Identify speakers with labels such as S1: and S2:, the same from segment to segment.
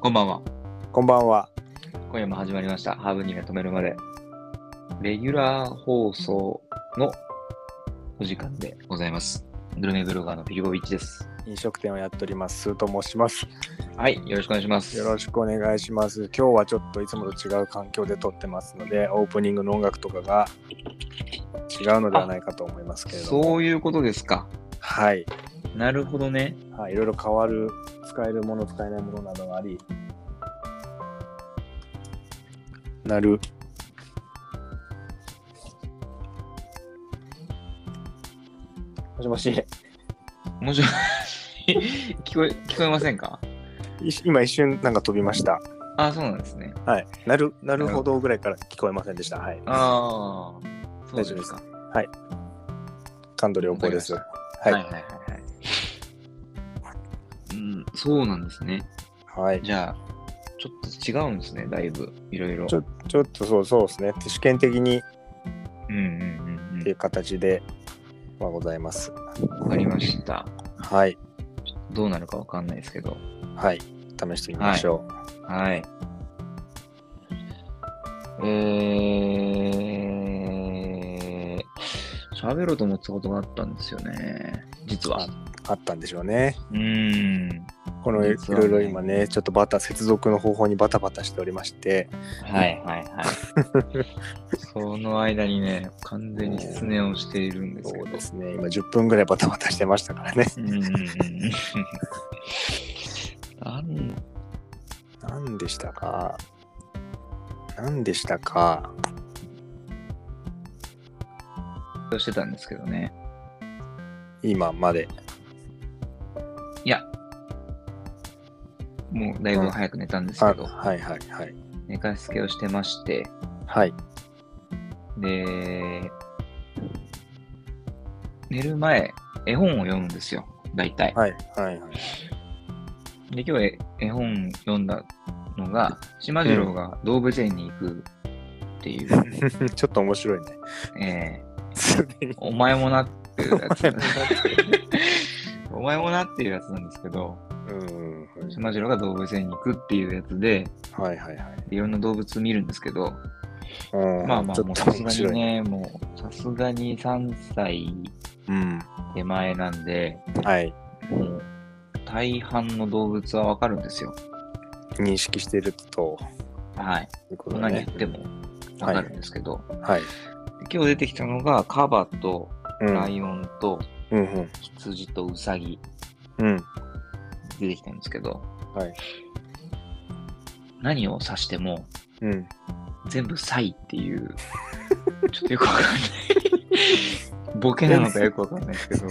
S1: こんばんは。
S2: こんばんは。
S1: 今夜も始まりました。ハーブにが止めるまで。レギュラー放送のお時間でございます。グルメブロガーのピリゴイチです。
S2: 飲食店をやっております。スーと申します。
S1: はい、よろしくお願いします。
S2: よろしくお願いします。今日はちょっといつもと違う環境で撮ってますので、オープニングの音楽とかが違うのではないかと思いますけれども。
S1: そういうことですか。
S2: はい。
S1: なるほどね。
S2: はい、いろいろ変わる、使えるもの、使えないものなどがあり。なる。もしもし。
S1: もしも 聞こえ、聞こえませんか
S2: いし今一瞬なんか飛びました。
S1: あ、そうなんですね。
S2: はい。なる、なるほどぐらいから聞こえませんでした。はい。
S1: ああ、そうですか。
S2: 感度良好です。
S1: わ
S2: は
S1: か
S2: い。
S1: はいはいはいはい。うん、そうなんですね。
S2: はい。
S1: じゃあ、ちょっと違うんですね、だいぶ。いろいろ。
S2: ちょちょっとそうそうですね。試験的に
S1: うんうんうん
S2: っていう形ではございます。
S1: うん。わかりました。
S2: はい。
S1: どうなるかわかんないですけど。
S2: はい。試してみましょ
S1: はい。えー、喋ろうと思ってたことがあったんですよね。実は。
S2: う。あったんでしょうね。
S1: うーん。
S2: このい
S1: 実はね
S2: ろいろ今ね、ちょっとバタ、接続の方法にバタバタしておりまして、
S1: はい はいはい。その間にね、完全に失念をしているんです
S2: そ
S1: けど
S2: う。ですね。今10分ぐらいバタバタしてましたからね。
S1: うんうんうんうん。なん
S2: 何でしたか何でしたか
S1: としてたんですけどね。
S2: 今まで。
S1: いや、もうだいぶ早く寝たんです
S2: あ
S1: けど、
S2: はいはいはい。
S1: 寝かしつけをしてまして、
S2: はい。
S1: で、寝る前、絵本を読むんですよ、大体。
S2: はいはい はい。
S1: で、今日絵絵本読んだのが、島次郎が動物園に行くっていう、
S2: ちょっと面白いね。
S1: え
S2: すでに、
S1: ー。お前もなっていうやつお前もなっていうやつなんですけど、
S2: うん。
S1: 島次郎が動物園に行くっていうやつで、
S2: はいはいはい。
S1: いろんな動物見るんですけど、
S2: うん
S1: まあまあ、
S2: ちょ
S1: も
S2: っ
S1: う
S2: と
S1: さす
S2: 面
S1: が
S2: 白
S1: に
S2: いね。
S1: ね、もうさすがに3歳
S2: うん。
S1: 手前なんで、
S2: はい。
S1: もう大半の動物はわかるんですよ。
S2: 認識してると
S1: はい。
S2: いう
S1: そ
S2: こと
S1: んな
S2: だ
S1: に
S2: ね
S1: 言。ってもわかるんですけど、
S2: はい。
S1: で今日出てきたのがカバと
S2: うん。
S1: ライオンと
S2: うんうん。
S1: 羊とウサギ
S2: うん。
S1: 出てきたんですけど、
S2: はい。
S1: 何を指しても
S2: うん。
S1: 全部サイって いう、ちょっとよくわかんない。ボケなのかよくわかんないですけど、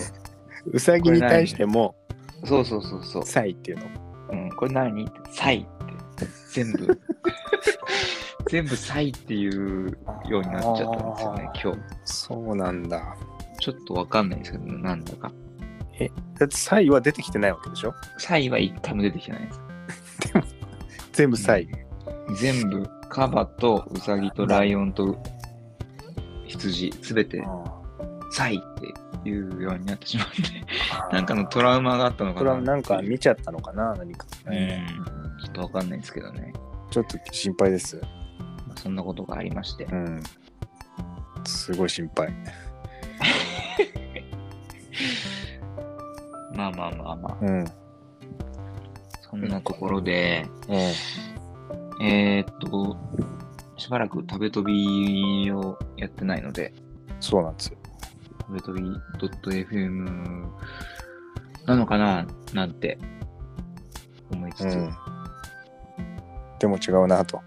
S2: うさぎに対しても、
S1: そうそうそうそう。
S2: サイっていうの。
S1: うん、これ何って、サイって、全 部、全部サイっていうようになっちゃったんですよね
S2: あ、
S1: 今
S2: そうなんだ。
S1: 日。ちょっとわかんないですけど、なんだか。
S2: だってサイは出てきてないわけでしょ
S1: サイは一回も出てきてないです。
S2: 全部サイ。
S1: 全部、カバとウサギとライオンと羊、すべてサイっていうようになってしまって、なんかのトラウマがあったの
S2: こ
S1: か
S2: れ
S1: な
S2: はなんか見ちゃったのかな何か、
S1: うん、ちょっとわかんないですけどね。
S2: ちょっと心配です。
S1: まあそんなことがありまして
S2: う。ん。すごい心配。
S1: まあまあまあまあ、
S2: うん。うん。
S1: そんなところで、えーっと、しばらく食べ飛びをやってないので、
S2: そうなんですよ。
S1: 食べ飛び .fm なのかななんて思いつ
S2: う
S1: つ、
S2: ん。でも違うなと。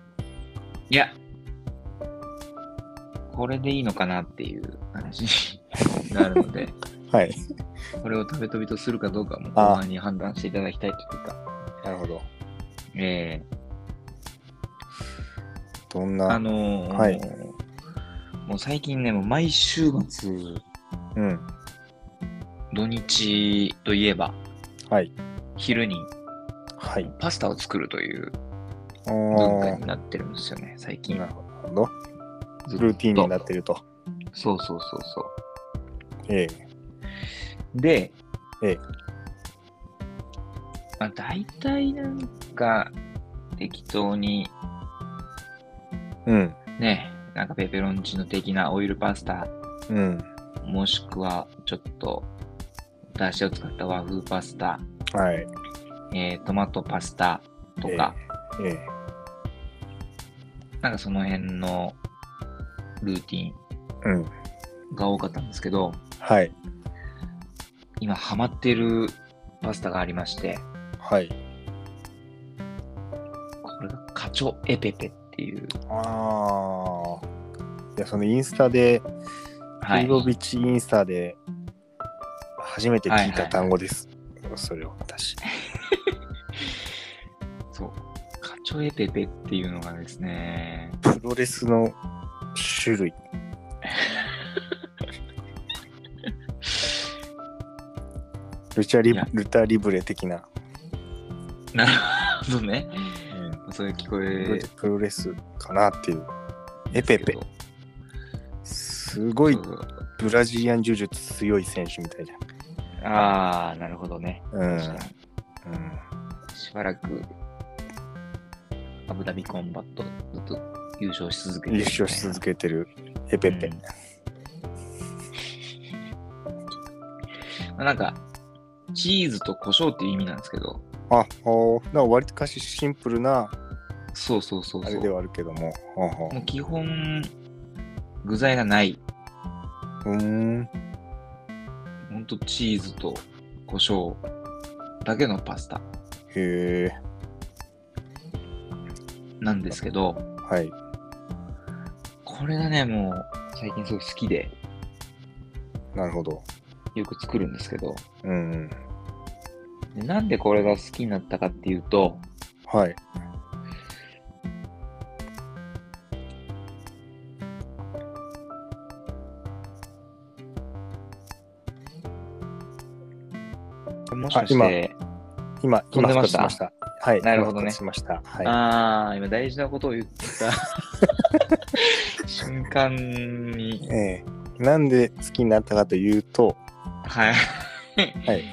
S1: いや、これでいいのかなっていう話 になるので、
S2: はい。
S1: これを食べ飛びとするかどうかはもう後
S2: あー
S1: 半に判断していただきたいというか、
S2: なるほど。
S1: え
S2: どん
S1: ー、
S2: な。
S1: あのー
S2: はい
S1: もう最近ね、もう毎週末、
S2: うん。
S1: 土日といえば、
S2: はい。
S1: 昼に
S2: はい。
S1: パスタを作るという
S2: あ
S1: 文化
S2: ー
S1: になってるんですよね、最近
S2: な。るほど。
S1: ずっと
S2: ルーティンになってると。
S1: そうそうそうそ
S2: え
S1: う。で、
S2: ええ
S1: まあ、大体なんか、適当に
S2: うん。
S1: ね、なんかペペロンチーノ的なオイルパスタ、
S2: うん。
S1: もしくはちょっとだしを使った和風パスタ、
S2: はい。
S1: えートマトパスタとか、
S2: ええ。
S1: なんかその辺のルーティ
S2: うん。
S1: ンが多かったんですけど、
S2: はい。
S1: 今ハマってるパスタがありまして、
S2: はい。
S1: これがカチョエペペっていう、
S2: ああ。いや、そのインスタで、プ
S1: は
S2: リ
S1: い、
S2: ボビッチインスタで、初めて聞い
S1: はいはいは
S2: た
S1: い
S2: 単語です。それを、私。
S1: そう、カチョエペペっていうのがですね、
S2: プロレスの 種類。ルチャリ
S1: いや
S2: ルタリブレ的な、
S1: なるほどね、
S2: うん
S1: そういう聞こえです
S2: プロレスかなっていう。エペ
S1: け
S2: ペ
S1: ど。。
S2: すごい
S1: そう
S2: ブラジリアン柔術強い選手みたいじゃん。
S1: ああ、なるほどね。
S2: うん。
S1: 確か
S2: うん、
S1: にしばらく、アブダビコンバット、ずっと優勝し続けてる、
S2: 優勝し続けてるエペペ。
S1: うんまあなんか、チーズと胡椒っていう意味なんですけど、
S2: あ、ほう。なんか割とかしシンプルな
S1: そうそうそう
S2: あ
S1: そ
S2: れ
S1: う。
S2: ではあるけども。ほうほ
S1: もう基本、具材がない。
S2: う。うーん。
S1: ほんとチーズと胡椒だけのパスタ
S2: へえ。
S1: なんですけど、
S2: はい。
S1: これがね、もう最近すごい好きで、
S2: なるほど。
S1: よく作るんですけど、
S2: うんうん。
S1: でなんでこれが好きになったかっていうと、
S2: はい。
S1: もしかして、
S2: 今、
S1: 飛んで
S2: 今
S1: ま
S2: 復
S1: した
S2: 活しました。はい。
S1: なるほどね
S2: 今復活しました。はい。
S1: ああ、今大事なことを言った 瞬間に、
S2: ええなんで好きになったかというと、
S1: はい。
S2: はい。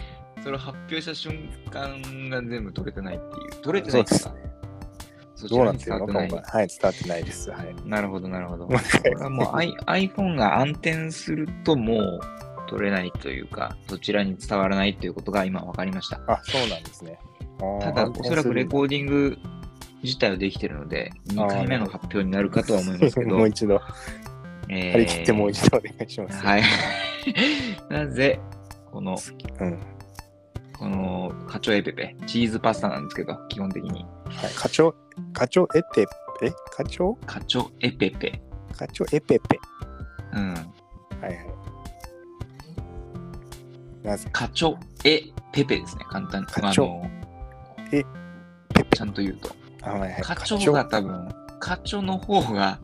S1: それを発表した瞬間が全部取れてないっていう。取れてないですかそち
S2: どう
S1: ら
S2: な
S1: に
S2: って
S1: 伝
S2: る
S1: わ
S2: の
S1: って
S2: か
S1: ない
S2: 今回はい、伝わってないです。はい。
S1: なるほど、なるほど。
S2: もう
S1: こ
S2: 一
S1: れ
S2: 回
S1: は もう I iPhone が暗転するともう取れないというか、そちらに伝わらないということが今分かりました。
S2: あ、そうなんですね。あー
S1: ただ、おそらくレコーディング自体はできてるので、2回目の発表になるかとは思います けど、
S2: もう一度、
S1: えー
S2: 張り切ってもう一度お願いします。
S1: はい。 なぜ、この、
S2: うん。
S1: この、カチョエペペ、チーズパスタなんですけど、基本的に。
S2: はい。課長、課長エテペ、課長、
S1: カチョエペペ。
S2: 課長エペペ。
S1: うん。
S2: はいはい。なぜ
S1: カチョエペペですね、簡単に。
S2: カチョ
S1: あの
S2: エペペ
S1: ちゃんと言うと。
S2: あ、はいはい。
S1: カチョが多分、カチョの方が、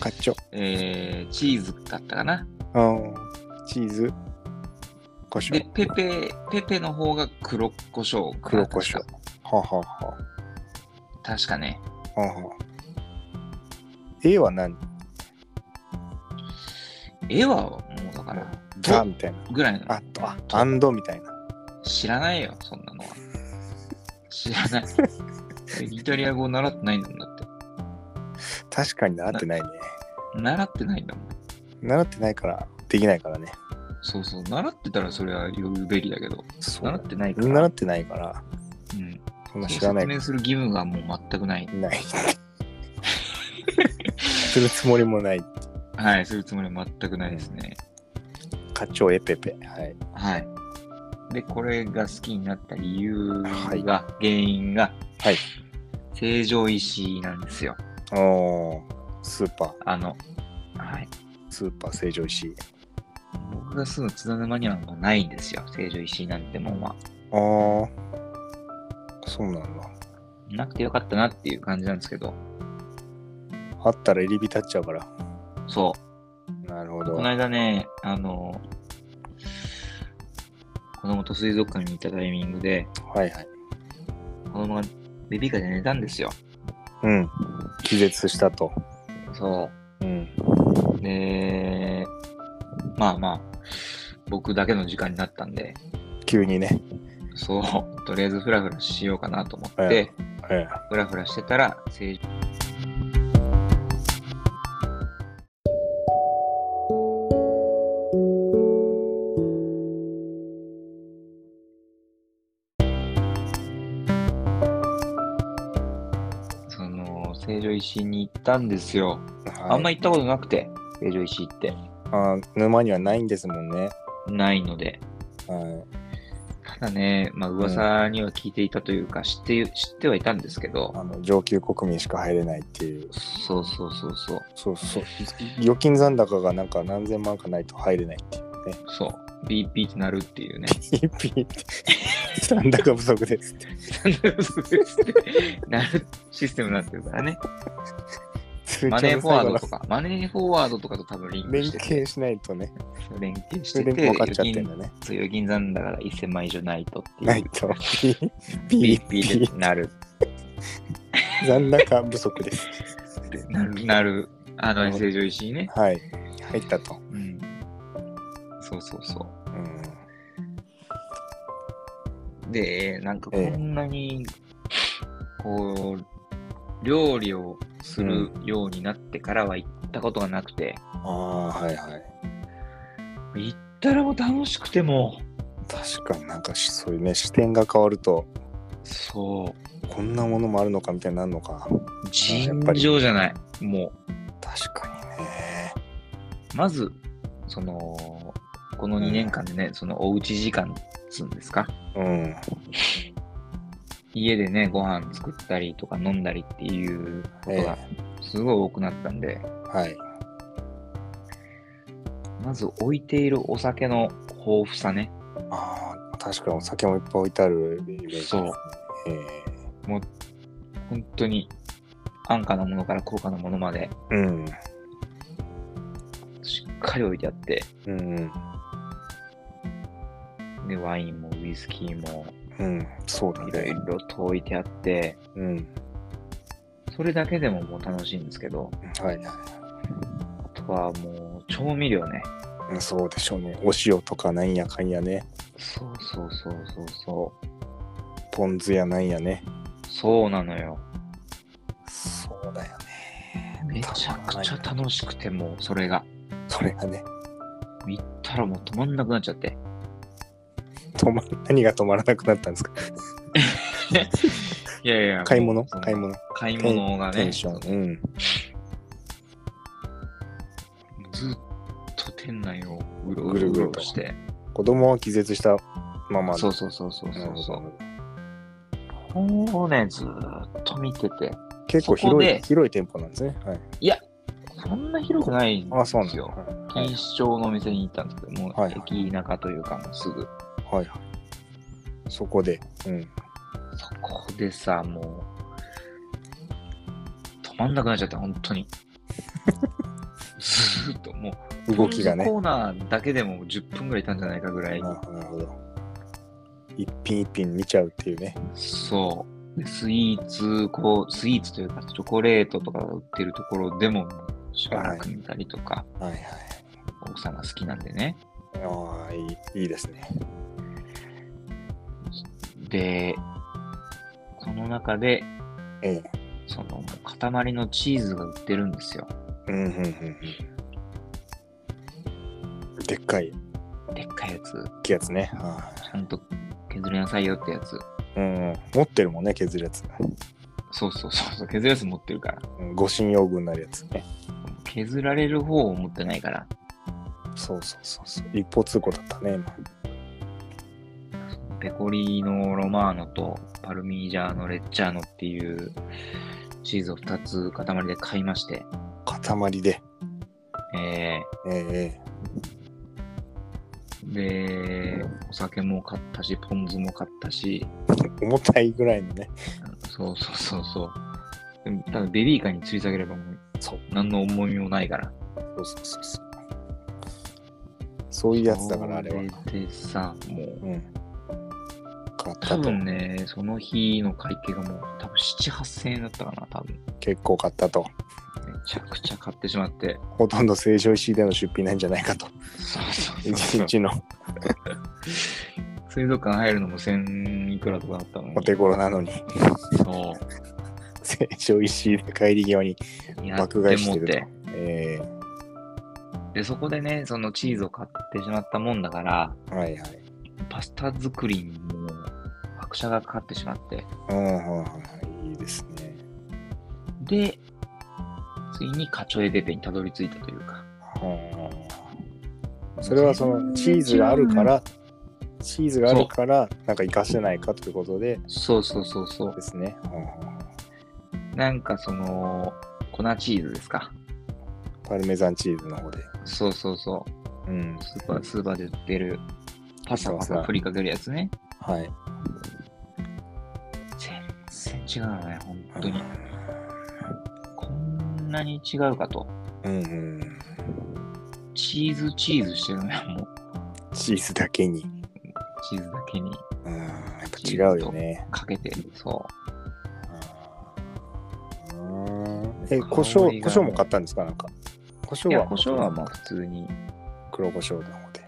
S2: 課長。
S1: えー、チーズだったかな。
S2: うん。チーズ、胡
S1: で
S2: 椒。、
S1: ペペ、ペペの方が黒胡椒かな。
S2: 黒胡椒
S1: 確か。
S2: はあはあはあ。
S1: 確かね。
S2: はあはあ A は何
S1: 絵はもうだから、
S2: だみたいな。
S1: ぐらいの。
S2: あと、あ、アンドみたいな。
S1: 知らないよ、そんなのは。知ら ない。イタリア語習ってないんだもんだっ
S2: 確かに習ってないね。
S1: て。習ってないんだもん。
S2: 習ってないから、できないからね。
S1: そうそう、習ってたらそれは呼ぶべきだけど、
S2: そ
S1: 習っ
S2: う。
S1: てないから、
S2: 習ってないから、
S1: うん、
S2: そんな知
S1: 説
S2: らない。
S1: 明する義務がもう全くない。
S2: ない。 するつもりもない。
S1: はい、するつもりは全くないですね。
S2: 課長エペペ。はい。
S1: はい。で、これが好きになった理由が、原因が、
S2: はい
S1: 成城石井なんですよ。
S2: おー、スーパー、
S1: あの、はい。
S2: スーパー成城石井。
S1: 僕が住む津田沼にはもうないんですよ。成城石井なんてもんは。
S2: あー、そうなんだ。
S1: なくてよかったなっていう感じなんですけど、
S2: あったら入り浸っちゃうから。
S1: そ
S2: なるほ
S1: う、
S2: ど。
S1: この間ね、あの、子供と水族館に行ったタイミングで、
S2: はいはい。
S1: 子供がベビーカーで寝たんですよ。
S2: うん。気絶したと。
S1: そ
S2: うん。
S1: う。で、まあまあ、僕だけの時間になったんで、
S2: 急にね。
S1: そう、とりあえずフラフラしようかなと思っ
S2: はい
S1: て、
S2: え
S1: ふらふらしてたら正常。その成城石井に行ったんですよ。
S2: えはい
S1: あんま行ったことなくて、成城石井って。
S2: あー沼にはないんですもんね。
S1: ないので。
S2: は
S1: ただね、まあ噂には聞いていたというか、知って、知ってはいたんですけど
S2: い、、あの上級国民しか入れないっていう。
S1: そうそうそうそう。
S2: そうそう。預金残高がなんか何千万かないと入れないっていう。
S1: そう。BP ってなるっていうね。
S2: 一品残高不足ですって。
S1: なるシステムになってるからね。
S2: 通
S1: マ
S2: 帳
S1: ネー
S2: の
S1: フォワー
S2: 最後
S1: ド
S2: の
S1: とか、マネーフォワードとかと多分リンク
S2: 連
S1: してて、
S2: 携しないとね。
S1: 連携し
S2: そ
S1: て
S2: れ
S1: て、
S2: で分かっちゃってん
S1: 預
S2: だね。
S1: 金そう預金残高が1000万以上ないとっていう。
S2: な いと。
S1: BP
S2: BP
S1: でなる
S2: 残高不 足です。
S1: ってなる、なる、あ
S2: な
S1: の、
S2: るほど
S1: 成城石井ね。
S2: はい。入ったと。
S1: うん。そうそうそう
S2: うん。。
S1: で、なんかこ
S2: ええ
S1: んなに、こう、料理をするようになってからは行ったことがなくて、
S2: ああ、はいはい。
S1: 行ったらもう楽しくても、
S2: 確かになんかしそういうね、視点が変わると、
S1: そう。
S2: こんなものもあるのかみたいになるのか。
S1: 尋常じゃない。も
S2: 確かにね。
S1: う、まず、その、この2年間でね、そのおうち時間っつうんですか
S2: うん。
S1: 家でね、ご飯作ったりとか飲んだりっていうことがすごい多くなったんで、
S2: はい。
S1: まず置いているお酒の豊富さね。
S2: ああ、確かにお酒もいっぱい置いてあるイメージですね
S1: そう。
S2: え
S1: 本当に、安価なものから高価なものまで
S2: えうん。
S1: しっかり置いてあって、
S2: うん。
S1: で、ワインもウイスキーも
S2: うん。そうだ
S1: いろい
S2: ね。
S1: ろと置いてあって、
S2: うん。
S1: それだけでももう楽しいんですけど、
S2: はい。
S1: あとはもう調味料ね。
S2: うんそうでしょうね。お塩とかなんやかんやね。
S1: そうそうそうそうそ
S2: ポン酢やなんやね。
S1: う。そうなのよ。
S2: そうだよね。
S1: めちゃくちゃ楽しくて、もうそれが。
S2: それがね、
S1: 行ったらもう止まんなくなっちゃって。
S2: 止ま、 何が止まらなくなったんですか
S1: いやいや
S2: 買い物
S1: もう
S2: 買い物
S1: 買い物が
S2: テ
S1: ね、
S2: ンシ
S1: ず
S2: ョン。うん。
S1: っと店内をうろ
S2: ぐ
S1: うろ
S2: る
S1: う
S2: ぐ
S1: ろ
S2: ると
S1: して。
S2: 子供を気絶したまま
S1: そうそうそうそう
S2: な
S1: そ
S2: る
S1: う
S2: ほ
S1: そ
S2: ど
S1: う。こうね、ずーっと見てて。
S2: 結構
S1: そこ
S2: 広
S1: で
S2: い、広い店舗なんですね。はい。
S1: いや、そんな広くないん
S2: あ、
S1: で
S2: そうなん
S1: す
S2: だ。
S1: よ。
S2: は
S1: 錦
S2: い。
S1: 糸町のお店に行ったんですけど、も
S2: は
S1: う
S2: いはい
S1: 駅中というか、もうすぐ。
S2: はいはい。そこで。うん。
S1: そこでさ、もう、止まんなくなっちゃった、本当 に。ずーっと、もう、
S2: 動きがね
S1: ポン酢コーナーだけでも10分ぐらいいたんじゃないかぐらい。
S2: ななるほど。一品一品見ちゃうっていうね。
S1: そう。でスイーツ、こう、スイーツというか、チョコレートとかが売ってるところでも、しばらく見たりとか、
S2: はいはい。
S1: 奥さんが好きなんでね。
S2: ああ、いい、いいですね。
S1: で、その中で、
S2: ええ。
S1: その、塊のチーズが売ってるんですよ。
S2: うん、うん、うん。うんでっかい、
S1: でっかいやつ。
S2: 大きいやつね。は
S1: ちゃんと削りなさいよってやつ。
S2: いうん、持ってるもんね、削るやつ。
S1: そうそうそうそう、削るやつ持ってるから。
S2: うん護身用具になるやつね。
S1: 削られる方を持ってないから。
S2: そうそうそうそう。一方通行だったね、今。
S1: ペコリーノ・ロマーノとパルミジャーノ・レッチャーノっていうチーズを2つ塊で買いまして、
S2: 塊で。
S1: え
S2: ええ
S1: ー、で、お酒も買ったし、ポン酢も買ったし、
S2: 重たいぐらいのね。
S1: そうそうそうそう。でも多分ベビーカーに吊り下げればもう
S2: そう。
S1: 何の重みもないから。
S2: そうそうそうそう。そういうやつだから、あれは。
S1: それでさ、もう
S2: うん。買った
S1: 多
S2: と。
S1: 分ね、その日の会計がもう多分7、8000円だったかな、多分。
S2: 結構買ったと。
S1: めちゃくちゃ買ってしまって。
S2: ほとんど成 城石井での出品なんじゃないかと。
S1: そうそう
S2: 一日の。
S1: 水族館入るのも1000いくらとかだったの
S2: お
S1: に。
S2: 手頃なのに、
S1: そ
S2: 成城石井で帰り際に
S1: う。やって
S2: 爆買いし
S1: も
S2: て
S1: っ
S2: る
S1: て
S2: と。。え
S1: で、そこでね、そのチーズを買ってしまったもんだから、
S2: ー、はいはい。
S1: パスタ作りにもう拍車がかかってしまって。
S2: うん、はいはい。いいですね。
S1: で、ついにカチョエデペにたどり着いたというか。
S2: はあ。それはそのチーズがあるから、チーズがあるから、なんか活かせないかということで
S1: そうそうそうそう。
S2: ですね。は
S1: なんかその、粉チーズですか。
S2: あパルメザンチーズの方で。
S1: そうそうそ
S2: うん
S1: う。。スーパー、スーパーで売ってる、パサパサ振りかけるやつね。
S2: はい。
S1: 全然違うのね、本当に。こんなに違うかと。
S2: うんうん。
S1: チーズチーズしてるね、もう。
S2: チーズだけに。
S1: チーズだけに
S2: うん。やっぱ違うよね。
S1: かけて。そう。
S2: うんえ、胡
S1: 香り
S2: 椒、
S1: が
S2: 胡椒も買ったんですかなんか。胡椒
S1: いや、
S2: は
S1: 胡椒はまあ普通に、
S2: 黒胡椒の方で。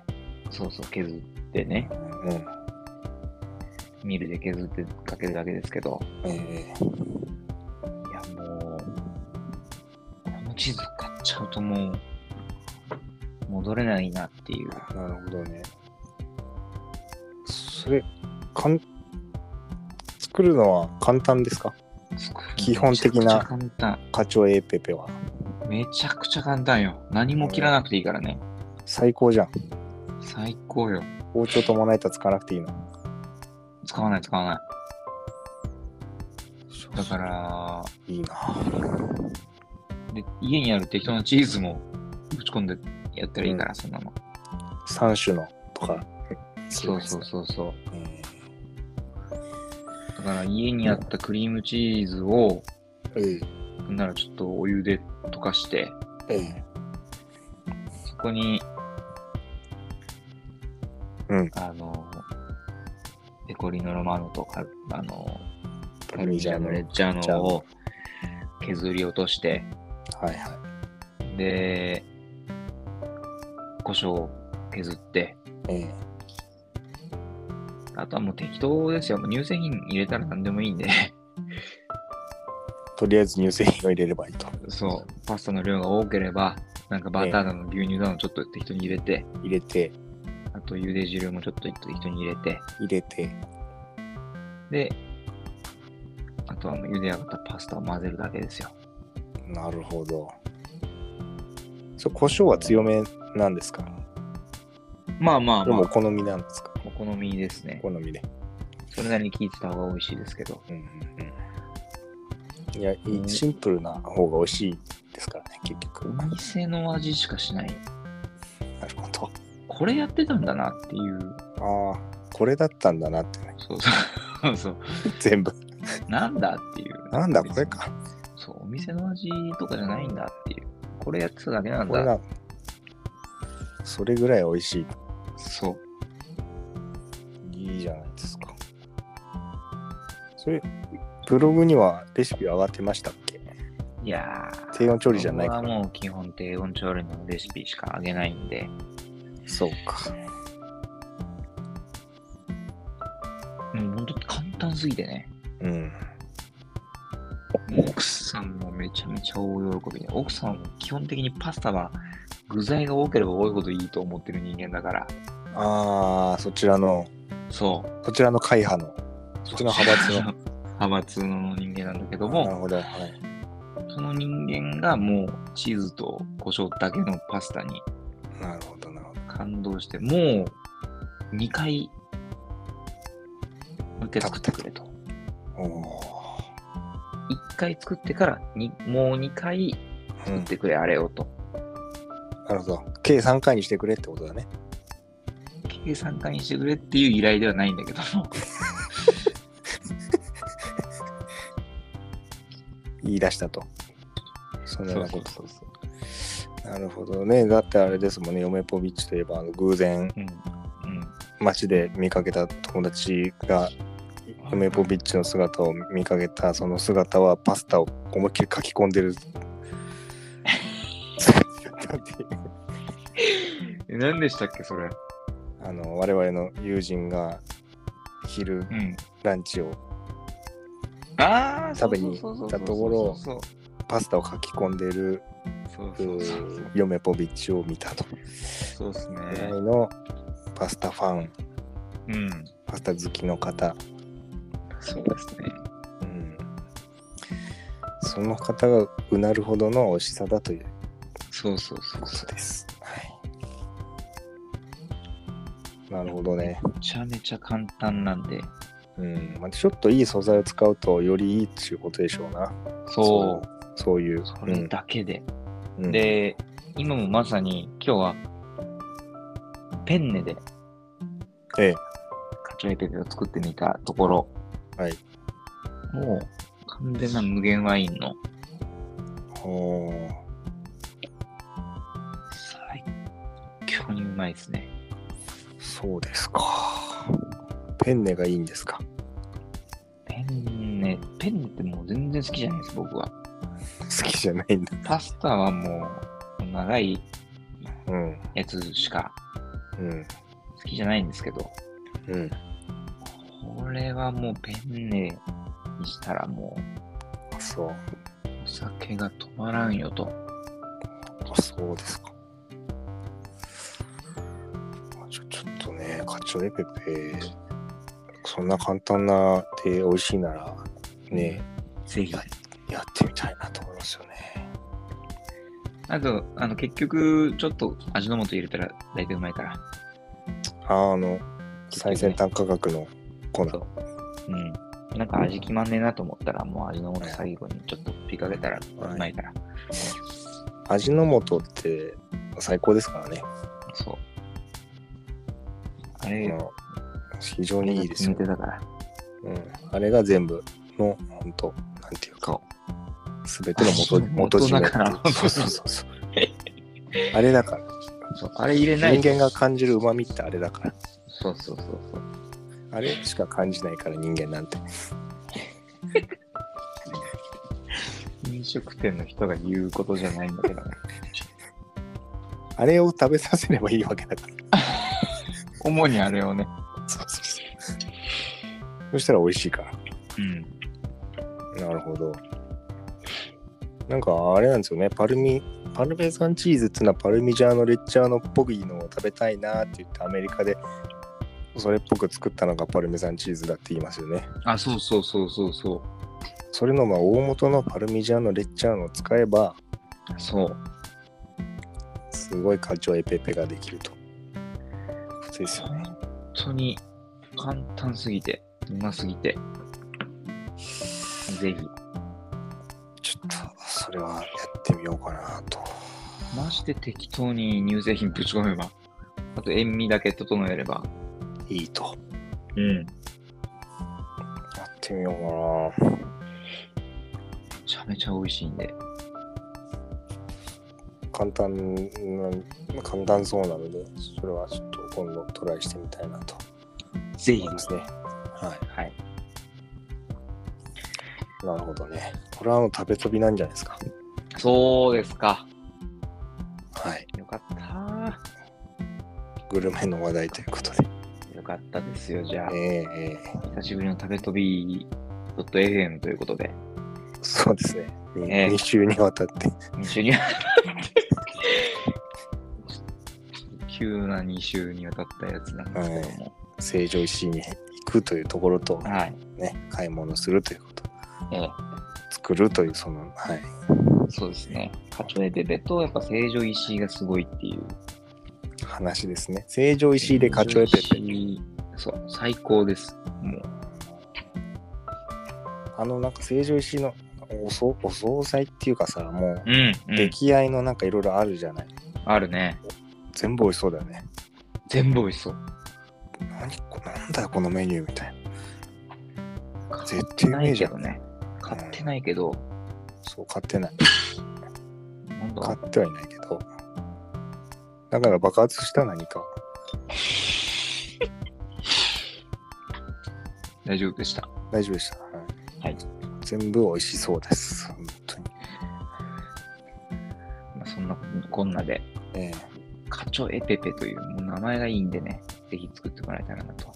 S1: そうそう、削ってね、
S2: うん。
S1: ミルで削ってかけるだけですけど。
S2: え
S1: いや、もう、このチーズ買っちゃうともう、戻れないなっていう。
S2: ー、なるほどね。それ、かん、作るのは簡単ですか基本的
S1: めちゃく
S2: な
S1: ちゃ簡単。
S2: カチョエペペは。
S1: めちゃくちゃ簡単よ。何も切らなくていいからね。
S2: 最高じゃん。
S1: 最高よ。
S2: 包丁とまな板使わなくていいの。
S1: 使わない、使わない。だから、
S2: いいな。
S1: で家にある適当なチーズもぶち込んでやったらいいから、そんなの。
S2: 三種のとか。
S1: そうそうそうそう。
S2: え
S1: だから家にあったクリームチーズを、
S2: ー
S1: ならちょっとお湯で溶かして、
S2: ええ
S1: そこに、
S2: うん
S1: あの、ペコリのロマーノとか、あの、
S2: パルミジャーノ
S1: レッジャーノを削り落として、
S2: はいは
S1: で、胡椒を削って、
S2: い。ええ
S1: あとはもう適当ですよ。もう乳製品入れたら何でもいいんで、
S2: とりあえず乳製品を入れればいいと。
S1: そう、パスタの量が多ければ、なんかバターだの牛乳だのちょっと適当に入れて、
S2: 入れて、
S1: あと茹で汁もちょっと適当に入れて、
S2: 入れて。
S1: で、あとはもう茹で上がったパスタを混ぜるだけですよ。
S2: なるほど。そう、胡椒は強めなんですか
S1: まあまあ
S2: で
S1: ま
S2: もお
S1: あ、
S2: 好みなんですか
S1: お好みですね
S2: お。好みで。
S1: それなりに効いてた方が美味しいですけど。
S2: うんうんうん。いや、いいシンプルな方が美味しいですからね、結
S1: お
S2: 局。な
S1: 店の味しかしない。
S2: るほど。
S1: これやってたんだなっていう。
S2: ああ、これだったんだなってね、
S1: そうそう。そう
S2: 全部。
S1: なんだっていう。
S2: なんだ、これ。か。
S1: そう、お店の味とかじゃないんだっていう。これやってただけなん
S2: これ
S1: だ。
S2: が、それぐらい美味しい。
S1: そう。
S2: いいじゃないですか。それ、ブログにはレシピ上がってましたっけ
S1: いやー。
S2: 低温調理じゃないか
S1: 僕
S2: ら。
S1: はもう基本低温調理のレシピしかあげないんで、
S2: そうか。
S1: うん、ほんと簡単すぎてね。
S2: うん。
S1: 奥さんもめちゃめちゃ大喜びで、奥さんは基本的にパスタは具材が多ければ多いほどいいと思ってる人間だから、
S2: ああ、そちらの、
S1: そう。
S2: そちらの会派の。そっちの派閥の。
S1: 派閥の人間なんだけど
S2: なる
S1: も、
S2: ほど。はい。
S1: その人間がもうチーズと胡椒だけのパスタに
S2: なるほど、なるほど。
S1: 感動して、もう2回、もう1回作ってくれと。
S2: お
S1: 1回作ってからに、もう2回
S2: ーう
S1: 作
S2: ん
S1: っ。てくれ、あれをと。
S2: なるほど。計3回にしてくれってことだね。
S1: 計算化にしてくれっていう依頼ではないんだけども、
S2: 言い出したと。そんなような
S1: そ
S2: こ
S1: うそうそうそう。
S2: と。なるほどね。だってあれですもんね。嫁ポビッチといえば、あの偶然、
S1: うん。うん。
S2: 街で見かけた友達が梅ポビッチの姿を見かけたその姿はパスタを思いっきり書き込 んでる
S1: え、何でしたっけ、それ。
S2: あの我々の友人が
S1: う
S2: 昼
S1: ん。
S2: ランチを
S1: ああ、
S2: 食べに
S1: そうそうそ
S2: 行っ
S1: う
S2: た
S1: そう
S2: ところ
S1: そう
S2: パスタを書き込んでいる
S1: そう
S2: う
S1: そうそうそう
S2: ー嫁ポビッチを見たと
S1: そうですね
S2: ぐ。らいのパスタファン
S1: うん。
S2: パスタ好きの方、
S1: そうですね。
S2: うん、その方がうなるほどの美味しさだという
S1: そうそうそう
S2: こ
S1: そ
S2: と
S1: う。
S2: です、はい、なるほどね、
S1: めちゃめちゃ簡単なんで。
S2: うんまあ、ちょっといい素材を使うとよりいいっていうことでしょうな
S1: そう。
S2: うそういう
S1: それだけで。
S2: うんうん、
S1: で、今もまさに今日はペンネで
S2: ええ
S1: カチョエペペを作ってみたところ、
S2: はい
S1: もう完全な無限ワインの
S2: ほう
S1: 最強にうまいですね。
S2: そうですかペンネがいいんですか
S1: ペンネ、ペンネってもう全然好きじゃないです、僕は。
S2: 好きじゃないんだ
S1: パスタはもう長い
S2: うん
S1: やつしか
S2: うん
S1: 好きじゃないんですけど、
S2: うん
S1: これはもうペンネにしたらも
S2: そう
S1: うお酒が止まらんよと。
S2: あそうですか。ちょちょっとね、カチョエペペ、そんな簡単なで美味しいなら、ね、
S1: ぜひ。
S2: やってみたいなと思いますよね。
S1: あと、あの、結局、ちょっと味の素入れたら大体うまいから。
S2: ああの、最先端価格の粉。
S1: そううん。なんか味決まんねえなと思ったら、もう味の素最後にちょっと振りかけたらうまいから。
S2: 味の素って最高ですからね。
S1: そう。あれ、
S2: まあ非常にいいですよ
S1: 決め。てたから。
S2: うん、あれが全部の、本当なんていうか
S1: そ、
S2: すべての元元
S1: 元
S2: 締め
S1: だから
S2: っていうそうそうそうそう。あれだから。
S1: そう。あれ入れない。
S2: 人間が感じる旨味ってあれだから
S1: そうそうそうそう。
S2: あれしか感じないから人間なんて
S1: 飲食店の人が言うことじゃないんだけど、
S2: あれを食べさせればいいわけだか
S1: 主にあれをね。
S2: らそうそうそうそしたら美味しいから
S1: うん。
S2: なるほどなんかあれなんですよねパルミパルメザンチーズっていうのはパルミジャーノレッチャーノっぽくいいのを食べたいなって言ってアメリカでそれっぽく作ったのがパルメザンチーズだって言いますよね
S1: あ、そうそうそうそうそう。
S2: それのまあ大元のパルミジャーノレッチャーノを使えば
S1: そう。
S2: すごいカチョエペペができるとそうですよね
S1: 本当に簡単すぎて、うますぎて。ぜひ。
S2: ちょっと、それはやってみようかなと。
S1: マジで適当に乳製品ぶち込めば、あと塩味だけ整えれば。
S2: いいと。
S1: うん。め
S2: やってみようか
S1: ちゃめちゃ美味しいんで。
S2: な。簡単な、簡単そうなので、それはちょっと今度トライしてみたいなと
S1: ぜ
S2: 思いますね。は
S1: はい。
S2: い。なるほどね。これはあの食べ飛びなんじゃないですか。
S1: そうですか。
S2: はい。
S1: よかった。
S2: グルメの話題ということで。
S1: よかったですよ、じゃあ。
S2: ええええ
S1: 久しぶりの食べ飛び .fm ということで、
S2: そうですね。に
S1: ええ
S2: 2週にわたって。
S1: 2週にわたって、急な2週にわたったやつなんですけども。
S2: 成城石井に行くというところと、
S1: はい。
S2: ね、買い物するということ、
S1: ええ
S2: 作るという、その、はい。
S1: そうですね。カチョエペペとやっぱ成城石井がすごいっていう。
S2: 話ですね。成城石井でカチョエペペ。
S1: ペ。そう、最高です。もう。
S2: あのなんか成城石井のおそお惣菜っていうかさもう
S1: うん、
S2: 出来合いのなんかいろいろあるじゃない、
S1: あるね。
S2: 全部美味しそうだよね
S1: 全部美味しそう。
S2: 何こなんだよこのメニューみたいな絶対うめえじゃん、
S1: 買ってないけどね。買ってないけど、
S2: そう買ってない
S1: なんだ
S2: 買ってはいないけどだから爆発した何か
S1: 大丈夫でした。
S2: 大丈夫でした
S1: はい
S2: 全部美味しそうです本当に
S1: まあ、そんなこんなで、
S2: ええ
S1: カチョエペペというもう名前がいいんでね、ぜひ作ってもらえたらなと。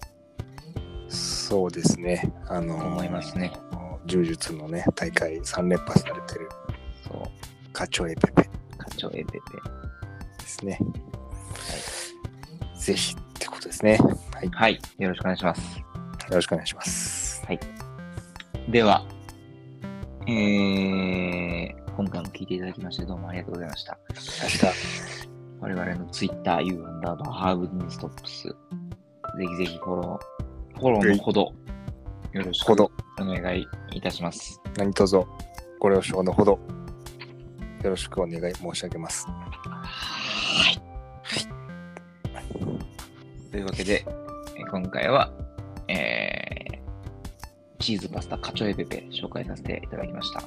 S2: そうですね。あのー
S1: 思いますね。
S2: 柔術のね、大会3連覇されてる
S1: そ
S2: カチョエペペ
S1: う。課長エペペ。
S2: ですね。ぜひってことですね。はい。よ
S1: はい。よろしくお願いします。
S2: ろしくお願いします。
S1: では、えー、今回も聞いていただきまして、どうもありがとうございました。
S2: 明日、
S1: 我々の Twitter、U アンダーバー、ハーブディンストップス。ぜひぜひフォロー、フォローのほど、よろしく
S2: ほ
S1: お
S2: ど、
S1: 願いいたします。
S2: 何卒ご了承のほど、よろしくお願い申し上げます。
S1: はい。というわけで、えー今回は、えー、チーズパスタカチョエペペ紹介させていただきました。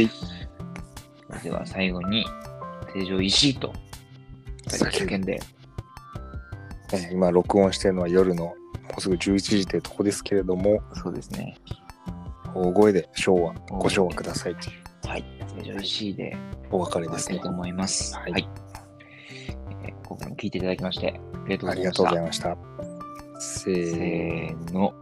S2: い
S1: では最後に、成城石井と、叫んで、
S2: ね今、録音してるのは夜のもうすぐ11時というとこですけれども、
S1: そうですね。
S2: 大声で昭和、ご昭和くださいという
S1: はい。成城石井で
S2: お別れ
S1: 終わ
S2: で
S1: り
S2: す
S1: たい
S2: ね
S1: と。思います。
S2: はい
S1: えー今回も聞いていただきまして、ありがとうご
S2: あ
S1: ざ
S2: り
S1: い
S2: が
S1: まし
S2: とう
S1: た
S2: ござい。ました。せーの
S1: せーの。